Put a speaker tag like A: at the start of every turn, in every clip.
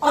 A: 教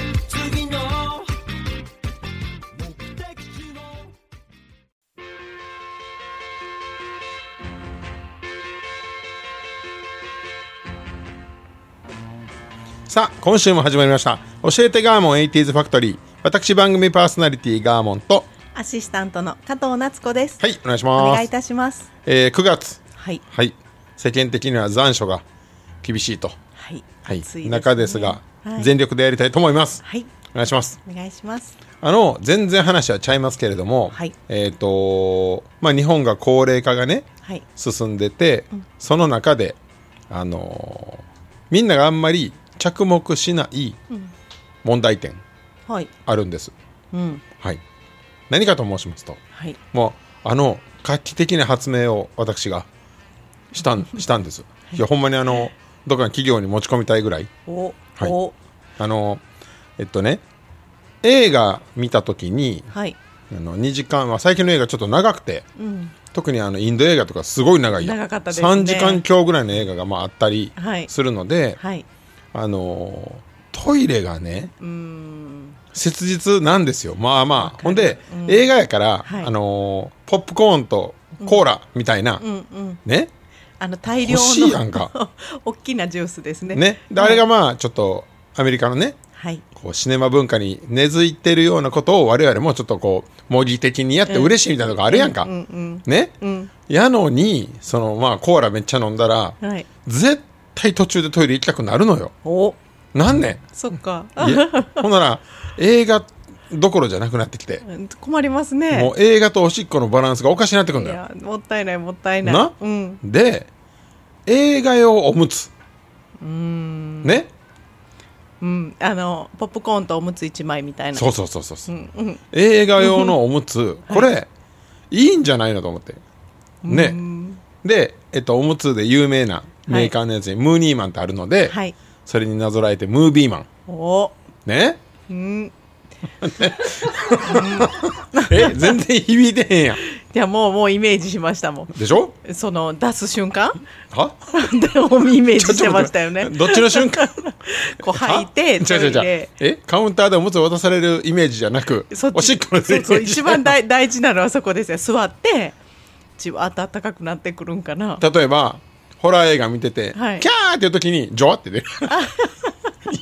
B: さあ今週も始まりました「教えてガーモン 80s ファクトリー」私番組パーソナリティガーモンと
C: アシスタントの加藤夏子です。
B: はいお願いし
C: お
B: ま
C: 願い
B: す
C: いたします。
B: えー9月
C: はい。
B: はい、世間的には残暑が厳しいと、
C: はい。
B: はい
C: 暑いね
B: 中ですが、
C: はい、
B: 全力でやりたいと思います。
C: はい。
B: お願いします。
C: お願いします。
B: あの全然話はちゃいますけれども、
C: はい
B: えっ、とまあ日本が高齢化がね
C: はい。
B: 進んでて、その中であのーみんながあんまり着目しない問題点
C: はい。
B: あるんです。
C: うん。
B: はい。何かと申しますと、
C: はい。
B: もうあの画期的な発明を私がしたん したんです。いやほんまにあのどっかの企業に持ち込みたいぐらい
C: お。
B: はい
C: お。
B: あのえっとね映画見た時に
C: はい。
B: あの2時間は最近の映画ちょっと長くて
C: うん。
B: 特にあのインド映画とかすごい長いやん
C: 長かったですね
B: 3時間強ぐらいの映画がまああったり
C: はい
B: するので、
C: はい。
B: あのトイレがね
C: うーん。
B: 切実なんですよまあまあほんで、
C: うん
B: 映画やから、
C: はい
B: あのポップコーンとコーラみたいな、
C: うん。うん。
B: ね
C: あの大量
B: 欲
C: の。
B: しいやんか。
C: 大きなジュースですね。
B: ねであれがまあちょっとアメリカのね
C: はい。
B: こうシネマ文化に根付いてるようなことを我々もちょっとこう模擬的にやって嬉しいみたいなとこあるやんか、
C: うん。うん。
B: ね
C: うん。
B: やのにそのまあコーラめっちゃ飲んだら
C: はい。
B: 絶対途中でトイレ行きたくなるのよ
C: お。
B: なんね
C: そっか。
B: ん いやほんなら映画どころじゃなくなってきて
C: うん困りますね。
B: もう映画とおしっこのバランスがおかしになってくるん
C: い
B: だよ
C: や、もったいない、もったいない。
B: な
C: うん。
B: で映画用おむつね
C: うん。あの、ポップコーンとおむつ一枚みたいな。
B: そうそうそうそうそう
C: うん。うん。
B: 映画用のおむつこれ、い、いんじゃないのと思ってねで、えっと、おむつで有名なメーカーのやつに、ムーニーマンってあるので、
C: はい。
B: それになぞらえてムービーマン
C: お。
B: ね
C: うん。
B: え全然響いてへんやん
C: いやもうもうイメージしましたもん
B: でしょ
C: その出す瞬間
B: は
C: でもイメージ
B: ちょっ
C: して
B: と待
C: ま
B: っ
C: した
B: て
C: よね
B: どっちの瞬 間
C: こう吐いて
B: は
C: トイ
B: 違う違う違う
C: レ
B: えカウンターでおむつを渡されるイメージじゃなく
C: そっち
B: おしっこのイメ
C: そうそう
B: ージ
C: 一番大大事なのはそこですよ座ってじわっと暖かくなってくるんかな
B: 例えばホラー映画見てて、
C: はい
B: キャーっていう時にジョワって ね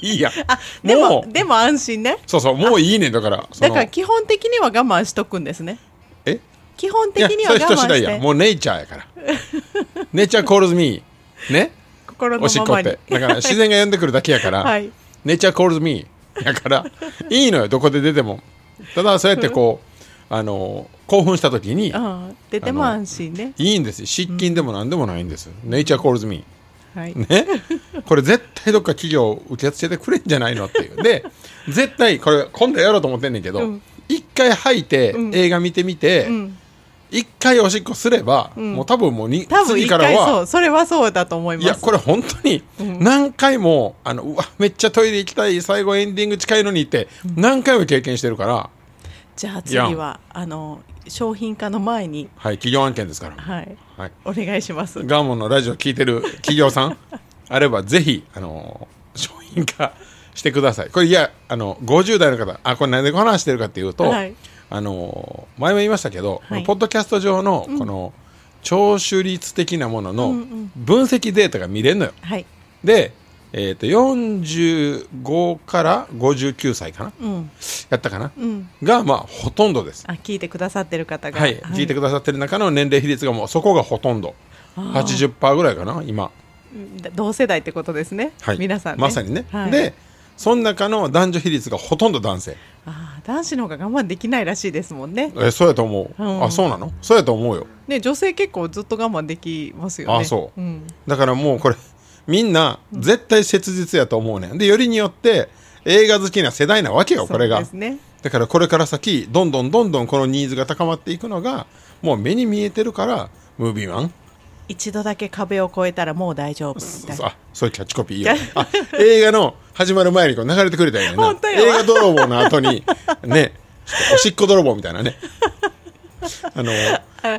B: いいや
C: あで
B: も
C: も
B: う
C: でも安心ね
B: そうそうもういいねんだからそ
C: だ
B: の
C: から基本的には我慢しとくんですね
B: え
C: 基本
B: い
C: 的には
B: そ
C: 我
B: れ
C: 慢
B: 人次
C: し
B: 第や
C: て
B: もうネイチャーやからネイチャーコールズミーね
C: 心の
B: おしっ
C: ま
B: こっ
C: まに
B: てだから自然が呼んでくるだけやから、
C: はい
B: ネイチャーコールズミーや からいいのよどこで出てもただそうやってこうあの興奮した時に
C: うん出ても安心ね
B: いいんですよ失禁でも何でもないんです、ネイチャーコールズミー
C: はい
B: ね、これ絶対どっか企業受け付けてくれんじゃないのっていうで絶対これ今度やろうと思ってんねんけど、
C: ん
B: 一回吐いて、映画見てみて、一回おしっこすれば、もう多分もうに
C: 多分
B: 次
C: 一
B: から
C: 回そ
B: は
C: うそれはそうだと思いま
B: い
C: す
B: やこれ本当に何回も、あのうわめっちゃトイレ行きたい最後エンディング近いのにって何回も経験してるから、
C: じゃあ次
B: い
C: はあの商品化の前に
B: はい、企業案件ですから、
C: はい
B: はい、
C: お願いします。
B: ガーモンのラジオ聞いてる企業さんあればぜひ、あの商品化してくださいこれいやあの50代の方あこれなんでこの話してるかっていうと、
C: はい
B: あの前も言いましたけど、
C: はい
B: ポッドキャスト上のこの、聴取率的なものの分析データが見れるのよ
C: はい。
B: で、えー、と45から59歳かな、
C: うん。
B: やったかな、
C: うん。
B: がまあほとんどです
C: あ、聞いてくださってる方が。
B: はい、聞いてくださってる中の年齢比率がもうそこがほとんど80%ぐらいかな今
C: だ同世代ってことですね。
B: はい、
C: 皆さん、ね。
B: まさにね、
C: はい、
B: でその中の男女比率がほとんど男性
C: あー、男子の方が我慢できないらしいですもんね。
B: えそうやと思う、
C: うん
B: あそうなのそうやと思うよ
C: ね、女性結構ずっと我慢できますよね。
B: あそう
C: うん。
B: だからもうこれみんな絶対切実やと思うねんでよりによって映画好きな世代なわけよこれが
C: そうですね
B: だからこれから先どんどんどんどんこのニーズが高まっていくのがもう目に見えてるからムービーマン
C: 一度だけ壁を越えたらもう大丈夫みたいな
B: あそういうキャッチコピーいいよねあ映画の始まる前にこう流れてくれたよねな
C: 本当よ
B: 映画泥棒の後にねおしっこ泥棒みたいなね あの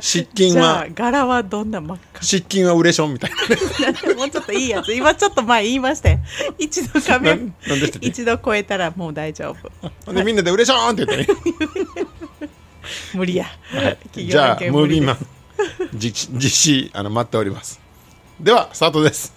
B: 失禁は
C: じゃあ柄はどんな真っ赤
B: 失禁はウレションみたいなね
C: もうちょっといいやつ今ちょっと前言いましたよ一度壁
B: なんなんでしたっけ
C: 一度越えたらもう大丈夫
B: ほんでみんなでウレションって言ってね
C: 無理や、企
B: じ
C: 業
B: ゃ
C: 案
B: あ
C: 件
B: ム
C: 無
B: ービ
C: 理
B: ー
C: です
B: マン実実施あの待っておりますではスタートです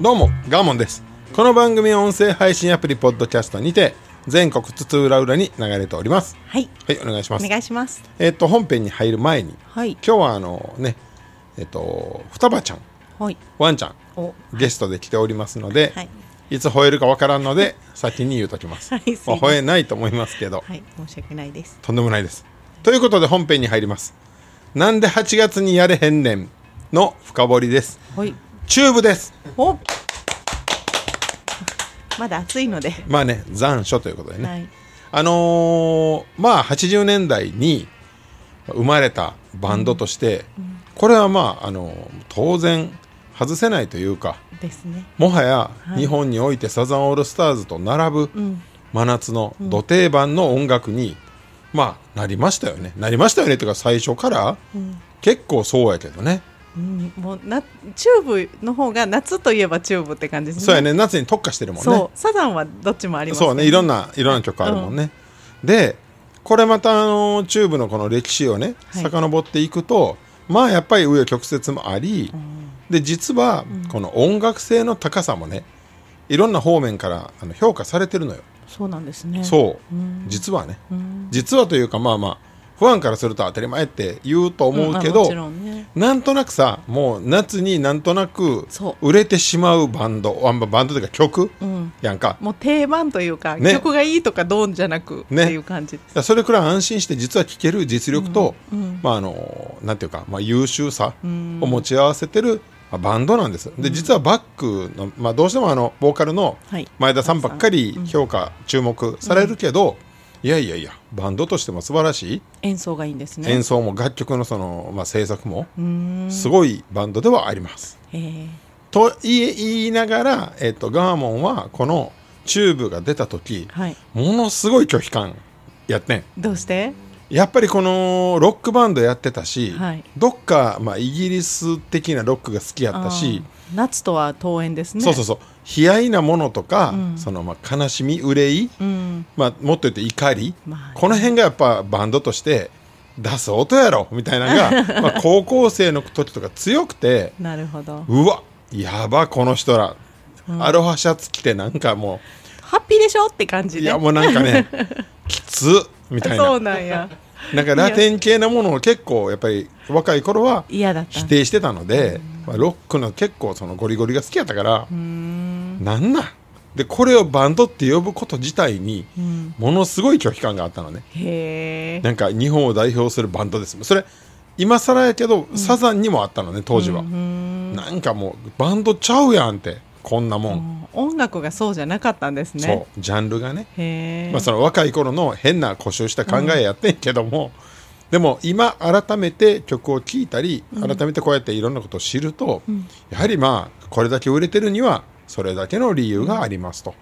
B: どうもガーモンですこの番組は音声配信アプリポッドキャストにて全国津々浦々に流れております
C: はい
B: はいお願いします
C: お願いします
B: えっ、と本編に入る前に
C: はい
B: 今日はあのねえっ、と双葉ちゃん
C: はい
B: ワンちゃん
C: お
B: ゲストで来ておりますので、
C: はいい、
B: つ吠えるかわからんので先に言うときます。
C: はいすいません
B: まあ吠えないと思いますけど、
C: はい申し訳ないです
B: とんでもないです。ということで本編に入ります。なんで8月にやれへんねんの深掘りです。
C: はい
B: チューブです。
C: おまだ暑いので
B: まあね残暑ということでね。
C: はい
B: あのーまあ80年代に生まれたバンドとして、これはまああのー当然外せないというか。
C: ですね
B: もはや
C: はい
B: 日本においてサザンオールスターズと並ぶ
C: ん
B: 真夏の土定番の音楽に、まあなりましたよねなりましたよねっていうか最初から結構そうやけどね、
C: うんもうなチューブの方が夏といえばチューブって感じですね
B: そうやね夏に特化してるもんね
C: そうサザンはどっちもあります
B: そうねいろんないろんな曲あるもんね、でこれまたあのチューブのこの歴史をね
C: はい
B: 遡っていくと、まあやっぱり紆余曲折もあり、で実はこの音楽性の高さもねいろんな方面からあの評価されてるのよ
C: そうなんですね
B: そう、実はね、実はというかまあまあファンからすると当たり前って言うと思うけ
C: んあ
B: ど、
C: もちろんね
B: なんとなくさもう夏になんとなく
C: そう
B: 売れてしまうバンドあんまバンドというか曲、
C: ん
B: やんか
C: もう定番というか、
B: ね
C: 曲がいいとかどうじゃなくって
B: ね
C: いう感じです、
B: それくらい安心して実は聴ける実力と、まああのなんていうか、まあ、優秀さを持ち合わせてるまあバンドなんですで実はバックの、まあ、どうしてもあのボーカルの
C: はい
B: 前田さんばっかり評価、注目されるけど、いやいやいやバンドとしても素晴らしい
C: 演奏がいいんですね
B: 演奏も楽曲のその、まあ、制作もすごいバンドではあります。
C: へえ
B: と言い言いながら、えっとガーモンはこのチューブが出た時、
C: はい
B: ものすごい拒否感やってん
C: どうして
B: やっぱりこのロックバンドやってたし、
C: はい
B: どっか、まあ、イギリス的なロックが好きやったし、
C: あー夏とは遠縁ですね
B: そうそうそう悲哀なものとか、そのまあ悲しみ憂い、
C: うん
B: まあ、もっと言って怒り、
C: まあ
B: この辺がやっぱバンドとして出す音やろみたいなの がまあ高校生の時とか強くて
C: なるほど
B: うわやばこの人ら、アロハシャツ着てなんかも
C: ハッピーでしょって感
B: う
C: じ
B: い
C: で
B: やもうなんか ねきつみたい
C: そう
B: な
C: なんや
B: なんかラテン系なものを結構やっぱり若い頃は
C: 嫌だった
B: 否定してたので、まあ、ロックの結構そのゴリゴリが好きやったからなんなんでこれをバンドって呼ぶこと自体にものすごい拒否感があったのね
C: へえ
B: なんか日本を代表するバンドですそれ今更やけど、サザンにもあったのね当時は、なんかもうバンドちゃうやんってこんなもん、
C: 音楽がそうじゃなかったんですね
B: そうジャンルがね、
C: へえ、
B: まあ、その若い頃の変な固執した考えやってんけども、でも今改めて曲を聴いたり改めてこうやっていろんなことを知ると、やはりまあこれだけ売れてるにはそれだけの理由がありますと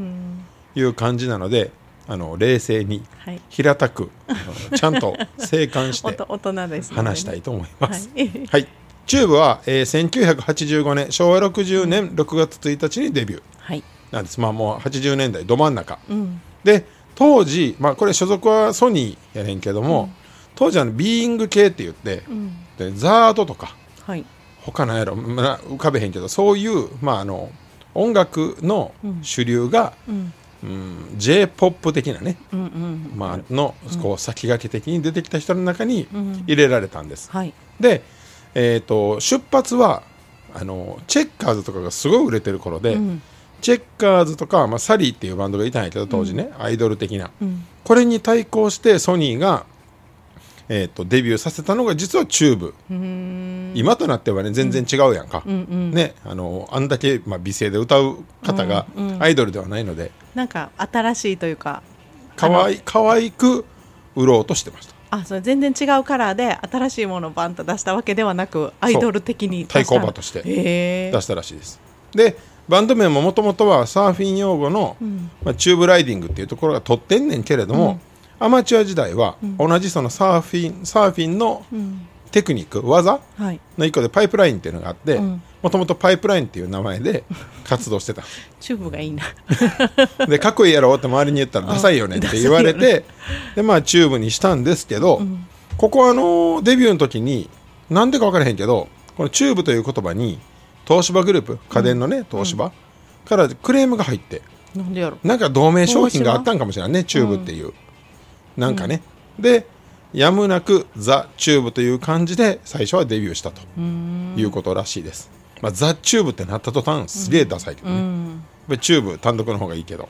B: いう感じなのであの冷静に
C: はい
B: 平たく、あの ちゃんと静観し
C: お
B: て
C: と大人ですのでね
B: 話したいと思います。
C: はい
B: はい、チューブは、えー1985年昭和60年6月1日にデビュー
C: はい
B: なんです。まあもう80年代ど真ん中。
C: うん
B: で当時、まあ、これ所属はソニーやねんけども、当時はビーイング系って言って、
C: うん
B: でザードとか
C: はい
B: 他なんやろ、まあ、浮かべへんけどそういう、まあ、あの音楽の主流が、
C: うん
B: うん j p o p 的なね、
C: うんうん
B: まあのこう先駆け的に出てきた人の中に入れられたんです。
C: はい
B: で、えー、と出発はあのチェッカーズとかがすごい売れてる頃で、
C: うん
B: チェッカーズとか、まあ、サリーっていうバンドがいたんやけど当時ね、アイドル的な、
C: うん
B: これに対抗してソニーがえー、とデビューさせたのが実はチューブ今となってはね全然違うやんか、ね、あのあんだけ、まあ、美声で歌う方がアイドルではないので、
C: なんか新しいというか
B: かわい可愛く売ろうとしてました
C: あそう全然違うカラーで新しいものをバンと出したわけではなくアイドル的に
B: 対抗馬として
C: へ
B: 出したらしいですでバンド名ももともとはサーフィン用語の、まあ、チューブライディングっていうところが取ってんねんけれども、アマチュア時代は同じそのサーフィンサーフィンのテクニック技
C: えはい、
B: の一個でパイプラインっていうのがあってもともとパイプラインっていう名前で活動してた
C: チューブがいい な
B: でかっこいいやろって周りに言ったらダサいよねって言われ
C: ダサい
B: て、でまあチューブにしたんですけど、ここはあのデビューの時になんでか分からへんけどこのチューブという言葉に東芝グループ家電のね、東芝からクレームが入って
C: なんでやろ
B: なんか同盟商品があったんかもしれないねチューブっていう、なんかねでやむなくザ・チューブという感じで最初はデビューしたということらしいです、まあ、ザ・チューブってなった途端すげえダサいけどね、やっぱりチューブ単独の方がいいけど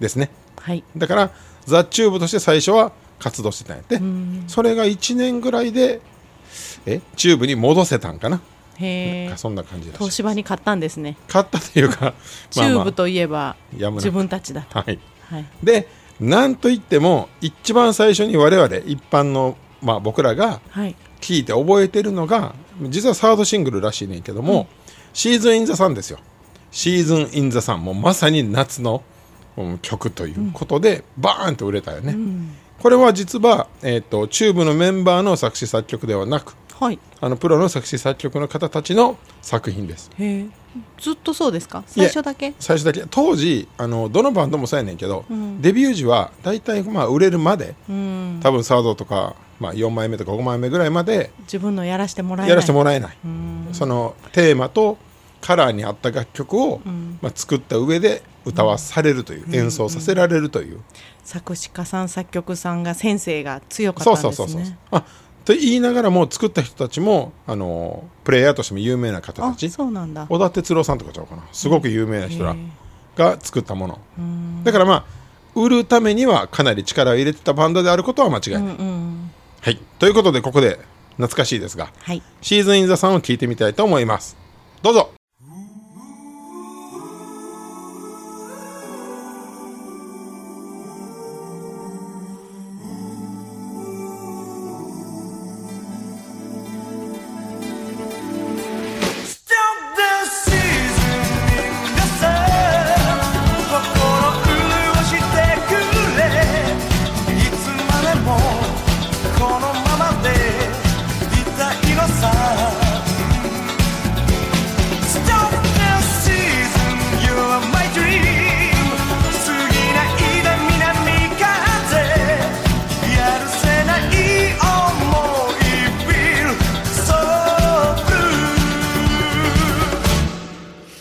B: ですね
C: はい
B: だからザ・チューブとして最初は活動してたんやってそれが1年ぐらいでえチューブに戻せたんかな
C: へえ
B: そんな感じらしい
C: 東芝に買ったんですね
B: 買ったというか
C: チューブといえば
B: やむなく
C: 自分たちだと、
B: はい
C: はい、
B: でなんといっても一番最初に我々一般の、まあ、僕らが
C: はい、
B: 聞いて覚えてるのが実はサードシングルらしいねんけども、シーズン・イン・ザ・サンですよシーズン・イン・ザ・サンもうまさに夏のうん曲ということで、バーンと売れたよね、これは実は、えー、とチューブのメンバーの作詞作曲ではなく
C: はい、
B: あのプロの作詞作曲の方たちの作品です
C: へえずっとそうですか
B: いえ
C: 最初だけ
B: 最初だけ当時あのどのバンドもそうやねんけど、デビュー時は大体まあ売れるまで、多分サードとか、まあ、4枚目とか5枚目ぐらいまで
C: 自分のやらせてもらえない
B: やらせてもらえない、そのテーマとカラーに合った楽曲を、まあ、作った上で歌わされるという、演奏させられるという、
C: 作詞家さん作曲さんが先生が強かった
B: そ
C: ん
B: う
C: です
B: そ
C: ね
B: うそうそうあと言いながらも作った人たちもあのプレイヤーとしても有名な方た
C: あ
B: ち
C: そうなんだ
B: 小田哲郎さんとかちゃうかなすごく有名な人らが作ったものだからまあ売るためにはかなり力を入れてたバンドであることは間違いない、はい、ということでここで懐かしいですが
C: はい
B: シーズン・イン・ザ・さんを聞いてみたいと思いますどうぞ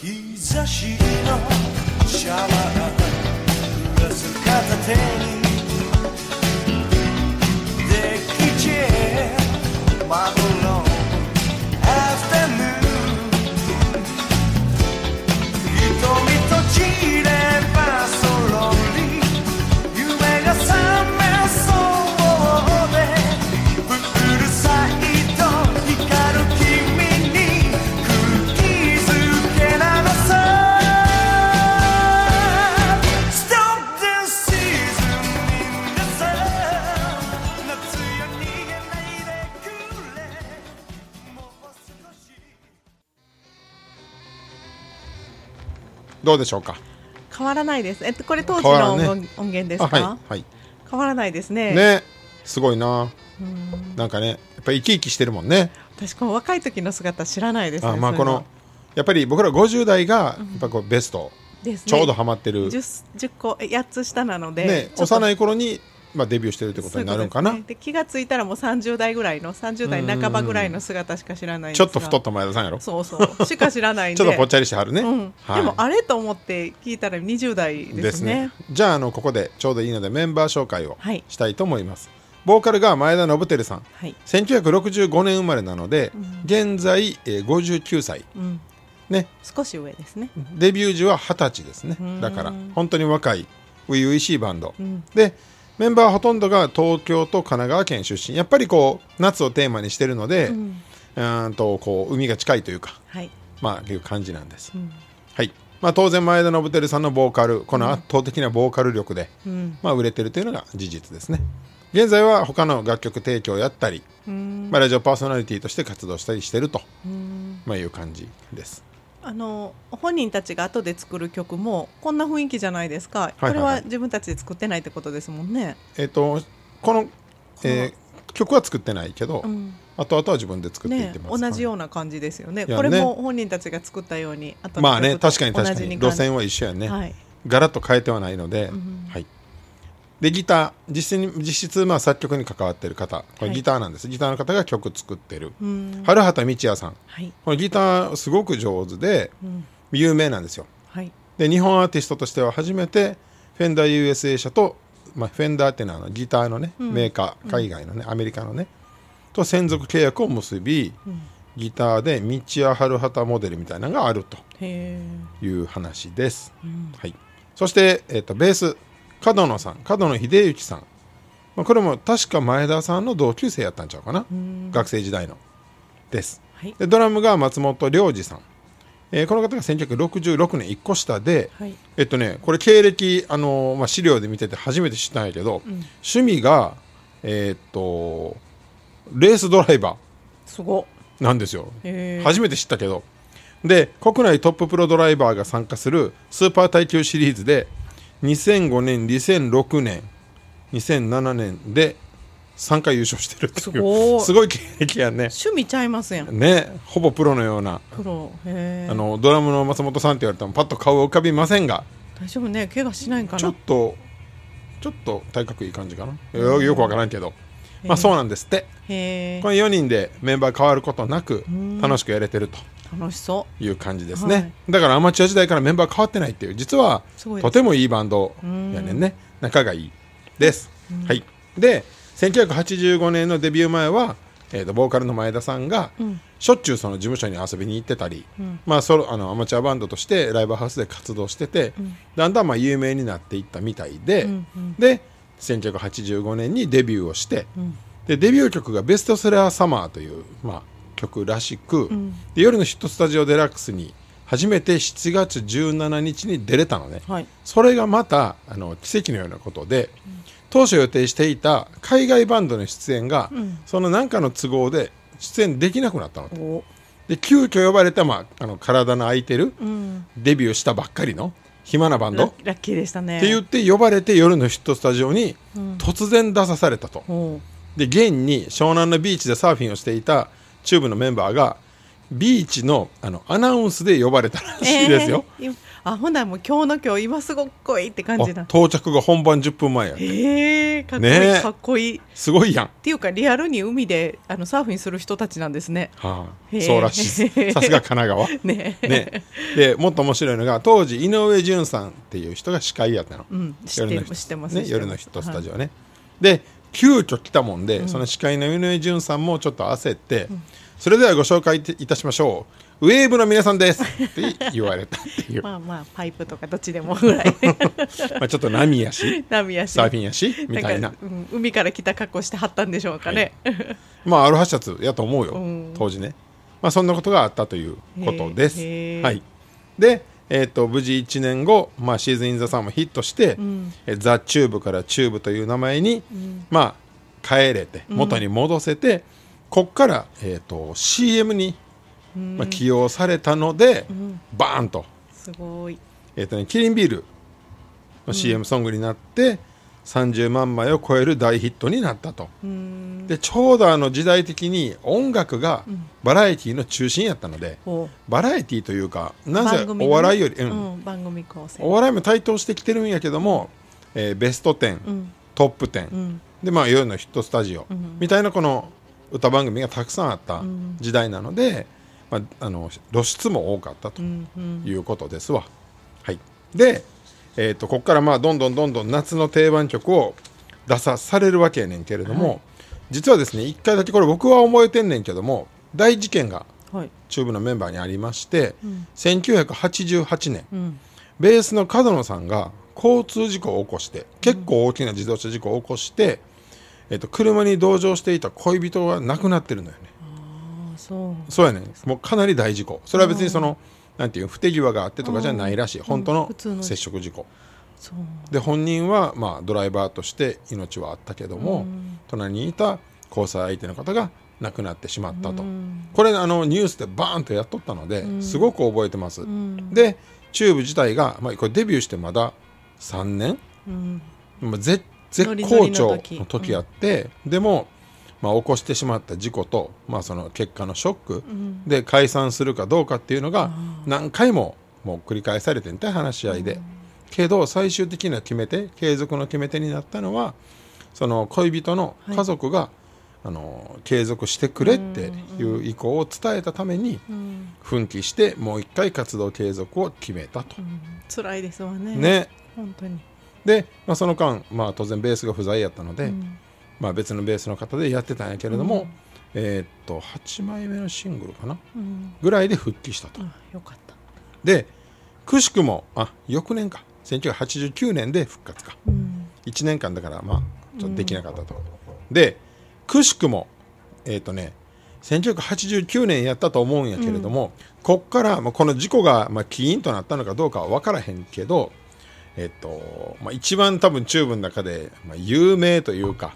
D: 日差しのシャワーがす片手にデッキチェアマグロアフタヌーン瞳閉じればそろり夢が覚めそうでプールサイド光る君に空気づけなのさ Stop this season in the sun 夏よ逃げないでくれもう少し
B: どうでしょうか
C: 変わらないですえっとこれ当時
B: 変わ
C: の
B: らんね
C: 音音源です
B: あ
C: か
B: は
C: 変
B: い
C: わ,、
B: はい
C: らないですね
B: ねすごいななんかねやっぱり生き生きしてるもんね
C: 私この若い時の姿知らないですね
B: あまあ
C: そういう
B: このやっぱり僕ら50代がやっぱこうベスト、
C: ですね
B: ちょうどハマってる、ね
C: 10, 10個え8つ下なので、
B: 幼
C: い
B: い頃に、まあ、デビューしてるってことになるんかな
C: で,、で気がついたらもう30代ぐらいの30代半ばぐらいの姿しか知らないんです
B: ちょ
C: が
B: っと太った前田さんやろちょ
C: そうそうしか知らないん
B: っ
C: で
B: とぽっちゃりしてはるね、
C: うん
B: はい
C: でもあれと思って聞いたら20代ですね
B: ですねじゃああのここでちょうどいいのでメンバー紹介を
C: はい
B: したいと思います、ボーカルが前田信輝さん
C: はい、
B: 1965年生まれなので、現在、えー59歳、
C: ん
B: ね
C: 少し上ですね
B: デビュー時は二十歳ですねだから本当に若い初々しいバンド、でメンバーほとんどが東京と神奈川県出身やっぱりこう夏をテーマにしてるので、うーんとこう海が近いというか
C: はい
B: まあいう感じなんです、はいまあ、当然前田信輝さんのボーカルこの圧倒的なボーカル力で、まあ、売れてるというのが事実ですね現在は他の楽曲提供やったり、まあ、ラジオパーソナリティとして活動したりしてると、まあ、いう感じです
C: あの本人たちが後で作る曲もこんな雰囲気じゃないですか、
B: はいはい
C: これは自分たちで作ってないってことですもんね
B: えっ、とこの、えー曲は作ってないけど、
C: ん
B: 後々は自分で作っていっ
C: ね
B: てます、
C: 同じような感じですよね
B: いや
C: これ
B: ね
C: も本人たちが作ったように後の
B: まあね
C: 曲と
B: 確かに確
C: 同
B: か
C: じ
B: に
C: 感
B: 路
C: じ
B: 線は一緒やね、
C: はい
B: ガラッと変えてはないので、はい、でギター実質に実質まあ作曲に関わってる方これ
C: はい
B: ギターなんです、ギターの方が曲作ってる
C: うん
B: 春畑道也さん
C: はい
B: これギターすごく上手で
C: うん
B: 有名なんですよ
C: はい
B: で日本アーティストとしては初めてフェンダー USA 社と、まあ、フェンダーっていうのはあのギターのね、メーカー海外のね、アメリカのねと専属契約を結び、ギターで道谷春畑モデルみたいなのがあると。
C: へ
B: いう話です。はい、そして、えっとベース角野さん角野秀幸さん、まあ、これも確か前田さんの同級生やったんちゃうかな学生時代のです、
C: はい
B: でドラムが松本良二さん、えーこの方が1966年1個下で、
C: はい
B: えっとねこれ経歴、あのーまあ、資料で見てて初めて知ったんやけど、趣味がえーっとレースドライバー
C: すご
B: なんですよ
C: へー
B: 初めて知ったけどで国内トッププロドライバーが参加するスーパー耐久シリーズで2005年2006年2007年で3回優勝してるっていう
C: すごい
B: すごい経歴やね
C: 趣味ちゃいますやん
B: ねほぼプロのような
C: プロへ
B: あ
C: え
B: のドラムの松本さんって言われてもパッと顔は浮かびませんが
C: 大丈夫ね怪我しないんか
B: ちょ
C: な
B: っとちょっと体格いい感じかなよよくわからんけどまあそうなんですって
C: へえ
B: この4人でメンバー変わることなく楽しくやれてると
C: 楽しそ
B: いう感じですね、
C: はい
B: だからアマチュア時代からメンバー変わってないっていう実は
C: すごいで
B: と
C: す
B: てもいいバンドやねんね仲がいいです、はいで1985年のデビュー前は、えー、とボーカルの前田さんが、しょっちゅうその事務所に遊びに行ってたり、まあ、ソロあのアマチュアバンドとしてライブハウスで活動してて、だんだんまあ有名になっていったみたいで、で1985年にデビューをして、でデビュー曲が「ベストセラーサマー」という、まあ、曲らしく、で夜のヒットスタジオデラックスに初めて7月17日に出れたのね、
C: うはい
B: それがまたあの奇跡のようなことで、当初予定していた海外バンドの出演が、その何かの都合で出演できなくなったのと
C: お
B: で急遽呼ばれた、まあ、あの体の空いてる、デビューしたばっかりの暇なバンド
C: ラ
B: って
C: ラッキーでしたね
B: 言って呼ばれて夜のヒットスタジオに突然出さされたと。
C: おう
B: で現に湘南のビーチでサーフィンをしていたチューブのメンバーがビーチのあのアナウンスで呼ばれたらしいですよ、
C: えーいあほんならもう今日の今日今すごっこいいって感じ
B: あ
C: だ
B: 到着が本番10分前や
C: へえかっこいい、
B: ねえ
C: かっこいいっ
B: すごいやん、
C: ていうかリアルに海であのサーフィンする人たちなんですね
B: はあ、
C: へえ
B: そうらしいですさすが神奈川
C: ねえ
B: ね、でもっと面白いのが当時井上潤さんっていう人が司会やったの、
C: ん知っ
B: 夜
C: てる
B: の人
C: 知ってます
B: ね、
C: 知ってます
B: 夜のヒットスタジオね、で急遽来たもんで、その司会の井上潤さんもちょっと焦って、それではご紹介いたしましょうウェーブの皆さんですって言われたっていう
C: まあまあパイプとかどっちでも ぐらい
B: まあちょっと波やし、
C: 波やし
B: サーフィンやし、みたいな
C: か。うん、海から来た格好してはったんでしょうかね、
B: まあアロハシャツやと思うよ、
C: うん
B: 当時ね。まあそんなことがあったということです。
C: へー
B: はい。で、えっ、と、無事1年後、まあシーズン・イン・ザ・さんもヒットして、えザ・チューブからチューブという名前に、まあ帰れて、元に戻せて、こっから、えっ、と、CM に、まあ、起用されたので、バーンと。
C: すごい
B: えっ、とね、キリンビールの CM ソングになって、30万枚を超える大ヒットになったと。で、ちょうどあの時代的に音楽がバラエティの中心やったので、
C: おう
B: バラエティというか、なぜ
C: 番組のね
B: お笑いより、う、
C: うんん、番組構成
B: お笑いも台頭してきてるんやけども、えーベスト10、トップ10、でまあ夜のヒットスタジオ、みたいなこの歌番組がたくさんあった時代なので、まあ、あの露出も多かったということですわ、はいで、えー、とここからまあどんどんどんどん夏の定番曲を出さされるわけやねんけれども、実はですね一回だけこれ僕は覚えてんねんけども大事件が
C: はい
B: チューブのメンバーにありまして、1988年、ベースの角野さんが交通事故を起こして結構大きな自動車事故を起こして、えっと、車に同乗していた恋人が亡くなってるのよね
C: あそう
B: そうやねもうかなり大事故それは別にそのなんていう不手際があってとかじゃないらしい本当
C: 普通
B: の
C: の
B: 接触事故
C: そう
B: で本人はまあドライバーとして命はあったけども、隣にいた交際相手の方が亡くなってしまったと、これあのニュースでバーンとやっとったので、すごく覚えてます、でチューブ自体が、まあ、これデビューしてまだ3年、まあ、絶絶
C: ノリノ
B: 好
C: リの
B: 調
C: 時
B: の時あってでも、まあ、起こしてしまった事故と、まあ、その結果のショックで解散するかどうかっていうのが何回ももう繰り返されてんて話し合いで。けど最終的な決め手継続の決め手になったのはその恋人の家族が、あの継続してくれっていう意向を伝えたために奮起してもう一回活動継続を決めたと。
C: 辛いですわね
B: ね
C: 本当に
B: で、まあ、その間、まあ、当然ベースが不在やったので、まあ、別のベースの方でやってたんやけれども、えーっと8枚目のシングルかな、ぐらいで復帰したと。
C: あよかった
B: でくしくもあ翌年か1989年で復活か、1年間だからまあちょっとできなかったと、でくしくもえっ、とね1989年やったと思うんやけれども、こっから、まあ、この事故が、まあ、起因となったのかどうかは分からへんけどえっ、と、まあ、一番多分チューブの中で、まあ、有名というか、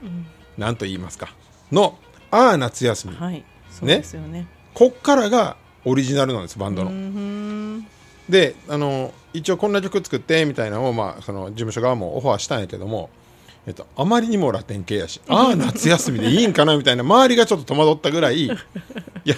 B: なんと言いますかの「ああ夏休み」
C: はいそうですよね
B: こっからがオリジナルなんですバンドの。であの一応こんな曲作ってみたいなのを、まあ、その事務所側もオファーしたんやけども、えっと、あまりにもラテン系やしああ夏休みでいいんかなみたいな周りがちょっと戸惑ったぐら いや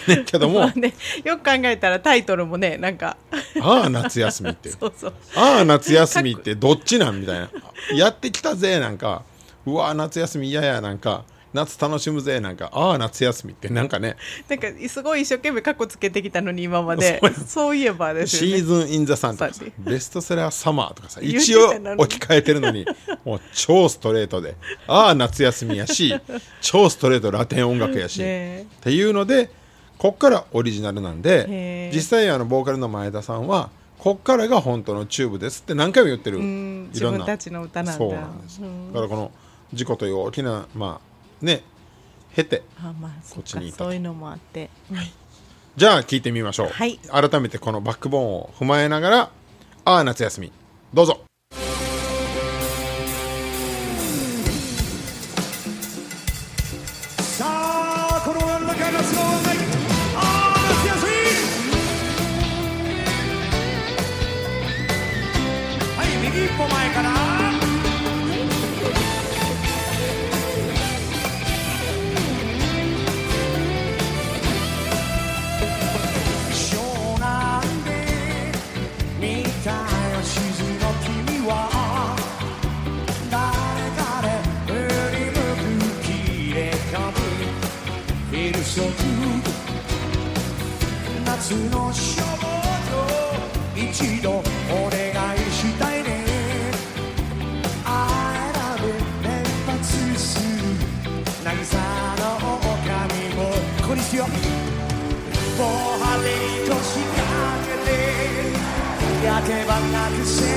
B: ねんけども
C: ま
B: あ
C: あ ねよく考えたらタイトルもねなんか
B: あ夏休みって
C: そうそう
B: ああ夏休みってどっちなんみたいなやってきたぜなんかうわ夏休み嫌やなんか夏楽しむぜなんかああ夏休みってなんかね
C: なんかすごい一生懸命カッコつけてきたのに今までそういえばです
B: シ
C: よ
B: ー
C: ね
B: ズン・イン・ザ・サンとかさ
C: そうや
B: ベストセラー・サマーとかさ
C: 言うて
B: 一応
C: たな
B: 置き換えてるのにもう超ストレートで ああ夏休みやし超ストレートラテン音楽やし、
C: ねえ
B: っていうのでこっからオリジナルなんで
C: へえ
B: 実際あのボーカルの前田さんはこっからが本当のチューブですって何回も言ってるいろん
C: ん
B: な
C: 自分たちの歌なんだ
B: そうなんです、だからこの事故という大きなまあね経て
C: あまあそ
B: こっ
C: っ
B: ち
C: か
B: にいたと
C: そういうのもあって
B: じゃあ聞いてみましょう、
C: はい
B: 改めてこのバックボーンを踏まえながら「ああ夏休み」どうぞ
D: さあこの真ん中がスローないああ夏休みはい右一歩前から湘南で見たよ静の君は誰かで振り向く切れかぶフィルソ夏の衝動一度お願いしたいね I love you 連発する渚の狼もここにしよう防波堤と仕掛けて焼けばなくせに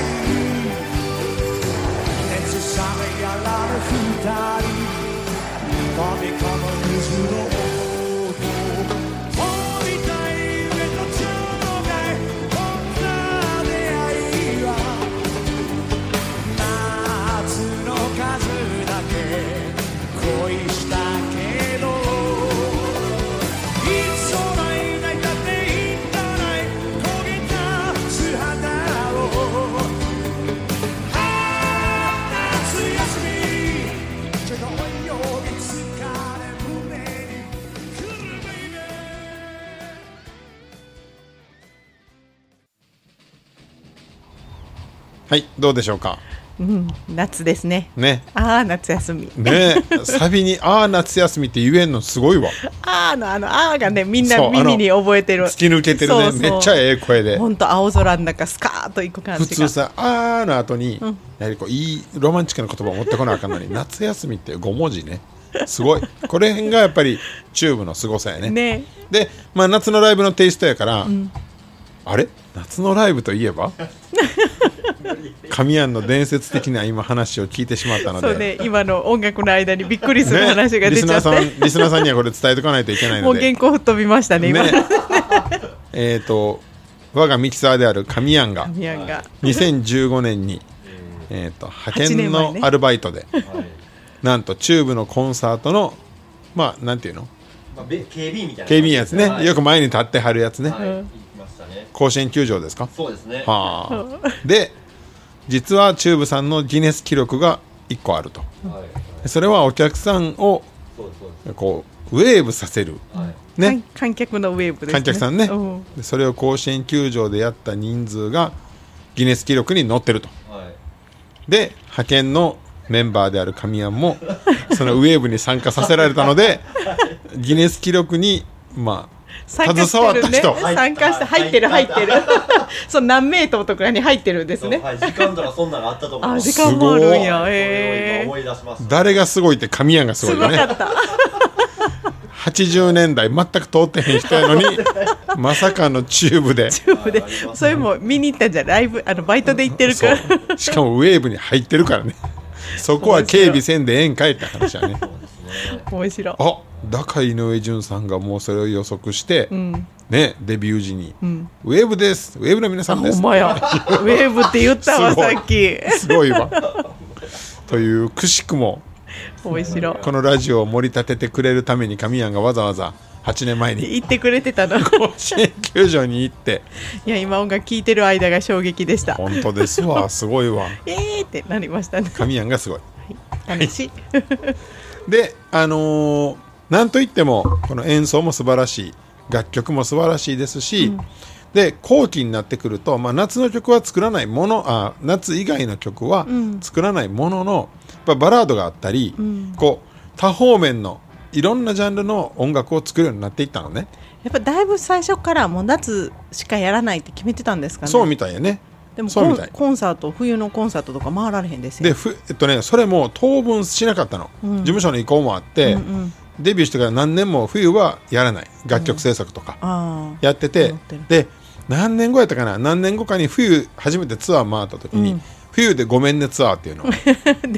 D: 熱さめやられ二人飛び込む水の音飛びたい上の頂戴こんな出会いは夏の数だけ恋したけどいつもない泣いたっていったない焦げた素肌を夏休みちょっと泳ぎ疲れ胸にくるめいべ
B: はいどうでしょうか
C: 夏ですね
B: ね
C: ああ夏休み
B: ねサビに「ああ夏休み」って言えんのすごいわ
C: あーのあのあーがねみんな
B: そうあの
C: 耳に覚えてる
B: 突き抜けてるねめっちゃええ声で
C: ほんと青空の中スカーッと行く感じ
B: 普
C: が
B: 通さ「あー」の後に、やはりこういいロマンチックな言葉を持ってこなあかんの に「夏休み」って5文字ねすごいこれ辺がやっぱりチューブの凄さやね
C: ね
B: で、まあ、 夏のライブのテイストやから、あれ夏のライブといえば神谷の伝説的な今話を聞いてしまったので
C: そうね今の音楽の間にびっくりする
B: ね
C: 話が
B: リ
C: 出
B: ス
C: ち
B: ナー
C: ゃって、
B: さんリスナーさんにはこれ伝えておかないといけない の
C: も
B: で
C: う原稿吹っ飛びましたね今
B: ね えっと我がミキサーである神谷が
C: ミヤンが
B: 2015年に、えー、と派遣
C: 八年
B: の
C: 前ね
B: アルバイトで、
E: はい
B: なんとチューブのコンサートのまあなんていうの
E: まあ、べ警備員みたいな
B: 警備員やつね、
E: はい
B: よく前に立ってはるやつね、
E: はい行きましたね
B: 甲子園球場ですか
E: そうですね
B: はあで実はチューブさんのギネス記録が1個あると
E: はい
B: それはお客さんを
E: そうですそうで
B: こうウェーブさせる
E: すはい
B: ね、
C: 観観客のウェーブですね
B: 観客さんね、
C: うん
B: でそれを甲子園球場でやった人数がギネス記録に載ってると
E: はい
B: で派遣のメンバーである神谷 もそのウェーブに参加させられたのでギネス記録にまあ
C: 参加して
B: 携わっ
C: る
B: た
C: ね
B: 人
C: 参加して入ってる入
E: 入っ
C: ったてる そう何メートルとかに入ってるんです
E: そう
C: ね
E: はい時間とかそんなのあったと思い
C: あ
E: ます
C: 時間もあるんや
E: それ
C: へ
E: を今
C: え
E: 思い出しました
B: 誰がすごいって神谷がすご
C: す
B: い
C: ご
B: よ
C: か
B: ね
C: った
B: 80年代全く通ってへん人やの にまさかのチューブで
C: でそれも見に行ったんじゃんライブあのバイトで行ってるから
B: そうしかもウェーブに入ってるからねそこは警備せんでええんかいって話やね
C: 面白い
B: あだから井上順さんがもうそれを予測して、ねデビュー時に、ウェーブですウェーブの皆さんで
C: ほ
B: す」
C: んま やウェーブって言ったわ
B: すごい
C: さっき
B: すごいわというくしくも
C: 面白い
B: このラジオを盛り立ててくれるために神谷がわざわざ8年前に
C: 言ってくれてたの
B: 甲子園球場に行って
C: いや今音楽聴いてる間が衝撃でした
B: 本当ですわすごいわ
C: えーってなりましたね
B: 神谷がすごい
C: 楽しい
B: であのーなんといってもこの演奏も素晴らしい楽曲も素晴らしいですし、で後期になってくると、まあ、夏の曲は作らないものあ夏以外の曲は作らないものの、やっぱバラードがあったり、こう多方面のいろんなジャンルの音楽を作るようになっていったのね
C: やっぱだいぶ最初からもう夏しかやらないって決めてたんですかね
B: そうみたいやね
C: でもコ
B: そうみ
C: ン
B: たい
C: コンサート冬のコンサートとか回られへんですよ
B: でふ、えっとね、それも当分しなかったの、事務所の意向もあって、デビューしてから何年も冬はやらない楽曲制作とか、
C: ああ
B: やってて
C: 思ってる
B: で何年後やったかな何年後かに冬初めてツアー回った時に、冬でごめんねツアーっていう のを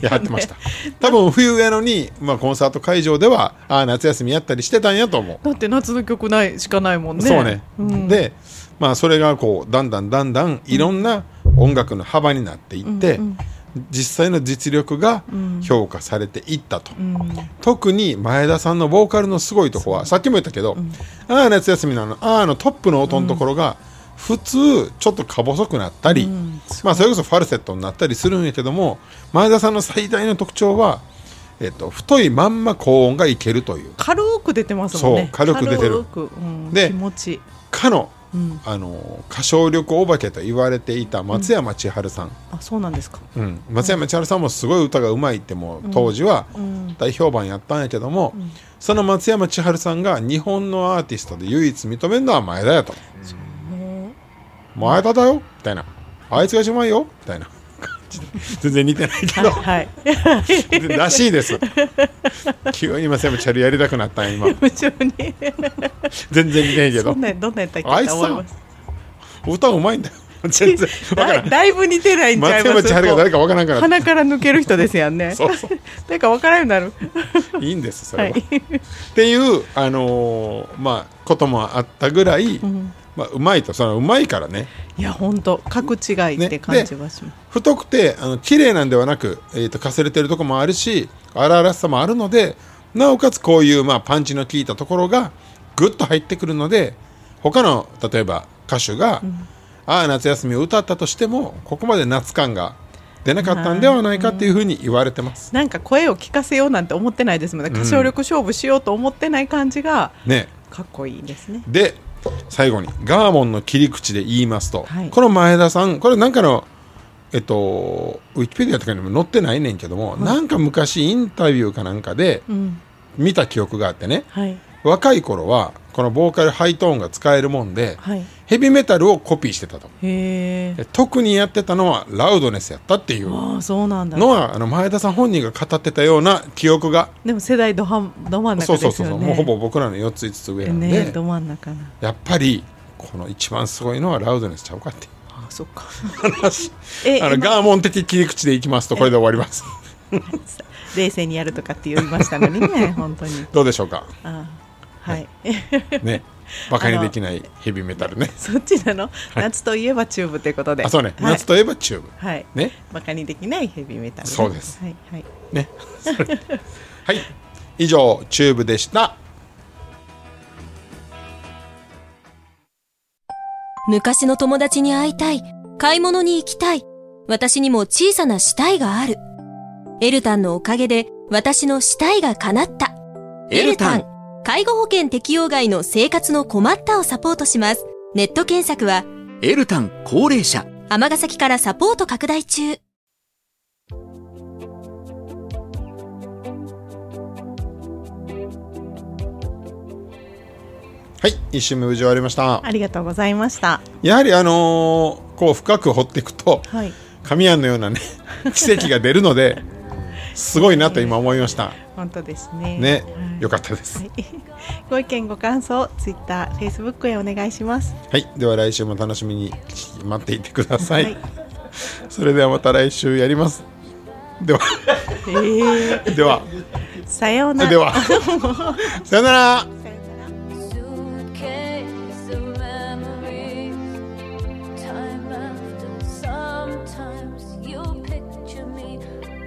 B: やってました、多分冬やのに、まあ、コンサート会場ではああ夏休みやったりしてたんやと思う
C: だって夏の曲ないしかないもんね
B: そうね、
C: ん
B: でまあそれがこうだんだんだんだんいろんな音楽の幅になっていって、実際の実力が評価されていったと、特に前田さんのボーカルのすごいとこはさっきも言ったけど「ああ夏休み」のあの「ああ」のトップの音のところが、普通ちょっとか細くなったり、まあ、それこそファルセットになったりするんやけども前田さんの最大の特徴は、えっと、太いまんま高音がいけるという
C: 軽く出てますもんね
B: そう軽く出てる
C: 軽くうん
B: で
C: 気持ちいい
B: かの,、あの歌唱力お化けと言われていた松山千春さん、
C: あそうなんですか
B: うん松山千春さんもすごい歌がうまいってもう当時は大評判やったんやけども、その松山千春さんが日本のアーティストで唯一認めるのは前田やと前田だよみたいなあいつが一番いいよみたいな 感じで全然似てないけ
C: はい、はい、
B: どらしいです急に松山千春やりたくなったんや今
C: 夢中に
B: 全然似てないけ
C: ど
B: ど
C: んなどんなやったっけ
B: あいつ
C: と
B: さ
C: 思います
B: 歌うまいんだよ全 然わから
C: だ
B: ん
C: いだいぶ似てないんちゃい
B: 松
C: ま
B: 山
C: す
B: 千春が誰かわからんから
C: 鼻から抜ける人ですやんね
B: そうそう
C: 誰か分からんようになる
B: いいんですそ
C: は
B: れは。
C: い
B: っていう、あのーまあ、こともあったぐらい、うまあ、うまいとそのうまいからね
C: いや本当格違いって感じがします、
B: 太くてあの綺麗なんではなく、えー、とかすれてるとこもあるし荒々しさもあるのでなおかつこういう、まあ、パンチの効いたところがぐっと入ってくるので他の例えば歌手が「ああ夏休み」を歌ったとしてもここまで夏感が出なかったんではないかっていうふうに言われてます。
C: なんか声を聞かせようなんて思ってないですもんね歌唱力勝負しようと思ってない感じが
B: ね
C: かっこいいですね、
B: で最後にガーモンの切り口で言いますと、
C: はい
B: この前田さんこれなんかのえっとウィキペディアとかにも載ってないねんけども、なんか昔インタビューかなんかで
C: うん
B: 見た記憶があってね
C: はい
B: 若い頃はこのボーカルハイトーンが使えるもんで、
C: はい
B: ヘビメタルをコピーしてたと
C: へえ
B: で特にやってたのはラウドネスやったっていう
C: ああそうなんだ
B: のはあの前田さん本人が語ってたような記憶が、
C: でも世代どはんど真ん
B: そう
C: 中です
B: そ
C: よ
B: う
C: ね
B: そうそうもうほぼ僕らの4つ5つ上なんで、
C: ねど真ん中な
B: やっぱりこの一番すごいのはラウドネスちゃうかって
C: あそっ か
B: 話
C: え
B: あの
C: 今
B: ガーモン的切り口でいきますとこれで終わります
C: 冷静にやるとかって言いましたのに ね本当に
B: どうでしょうか
C: あはい
B: ねバカにできないヘビーメタルね
C: そっちなの、夏といえばチューブということで
B: あそうね、
C: はい、
B: 夏といえばチューブ
C: はい、
B: ね
C: バカにできないヘビーメタルね
B: そうです
C: はいはい
B: ね はい以上チューブでした
F: 昔の友達に会いたい。買い物に行きたい。私にも小さな死体がある。エルタンのおかげで私の死体が叶った。エルタン。介護保険適用外の生活の困ったをサポートします。ネット検索は、
G: エルタン高齢者
F: 尼崎からサポート拡大中。
B: はい一周目無事終わりました
C: ありがとうございました
B: やはりあのーこう深く掘っていくと
C: はい
B: 神谷のような ね奇跡が出るのですごいなと今思いま した
C: 本当ですね
B: ね
C: はい
B: よかったです
C: はい ご意見ご感想ツイッター、フェイスブックへお願いします。
B: はい、では来週も楽しみに待っていてください。
C: はい
B: それではまた来週やります。では、
C: えー、
B: では、
C: さようなら
B: で。は、さよなら。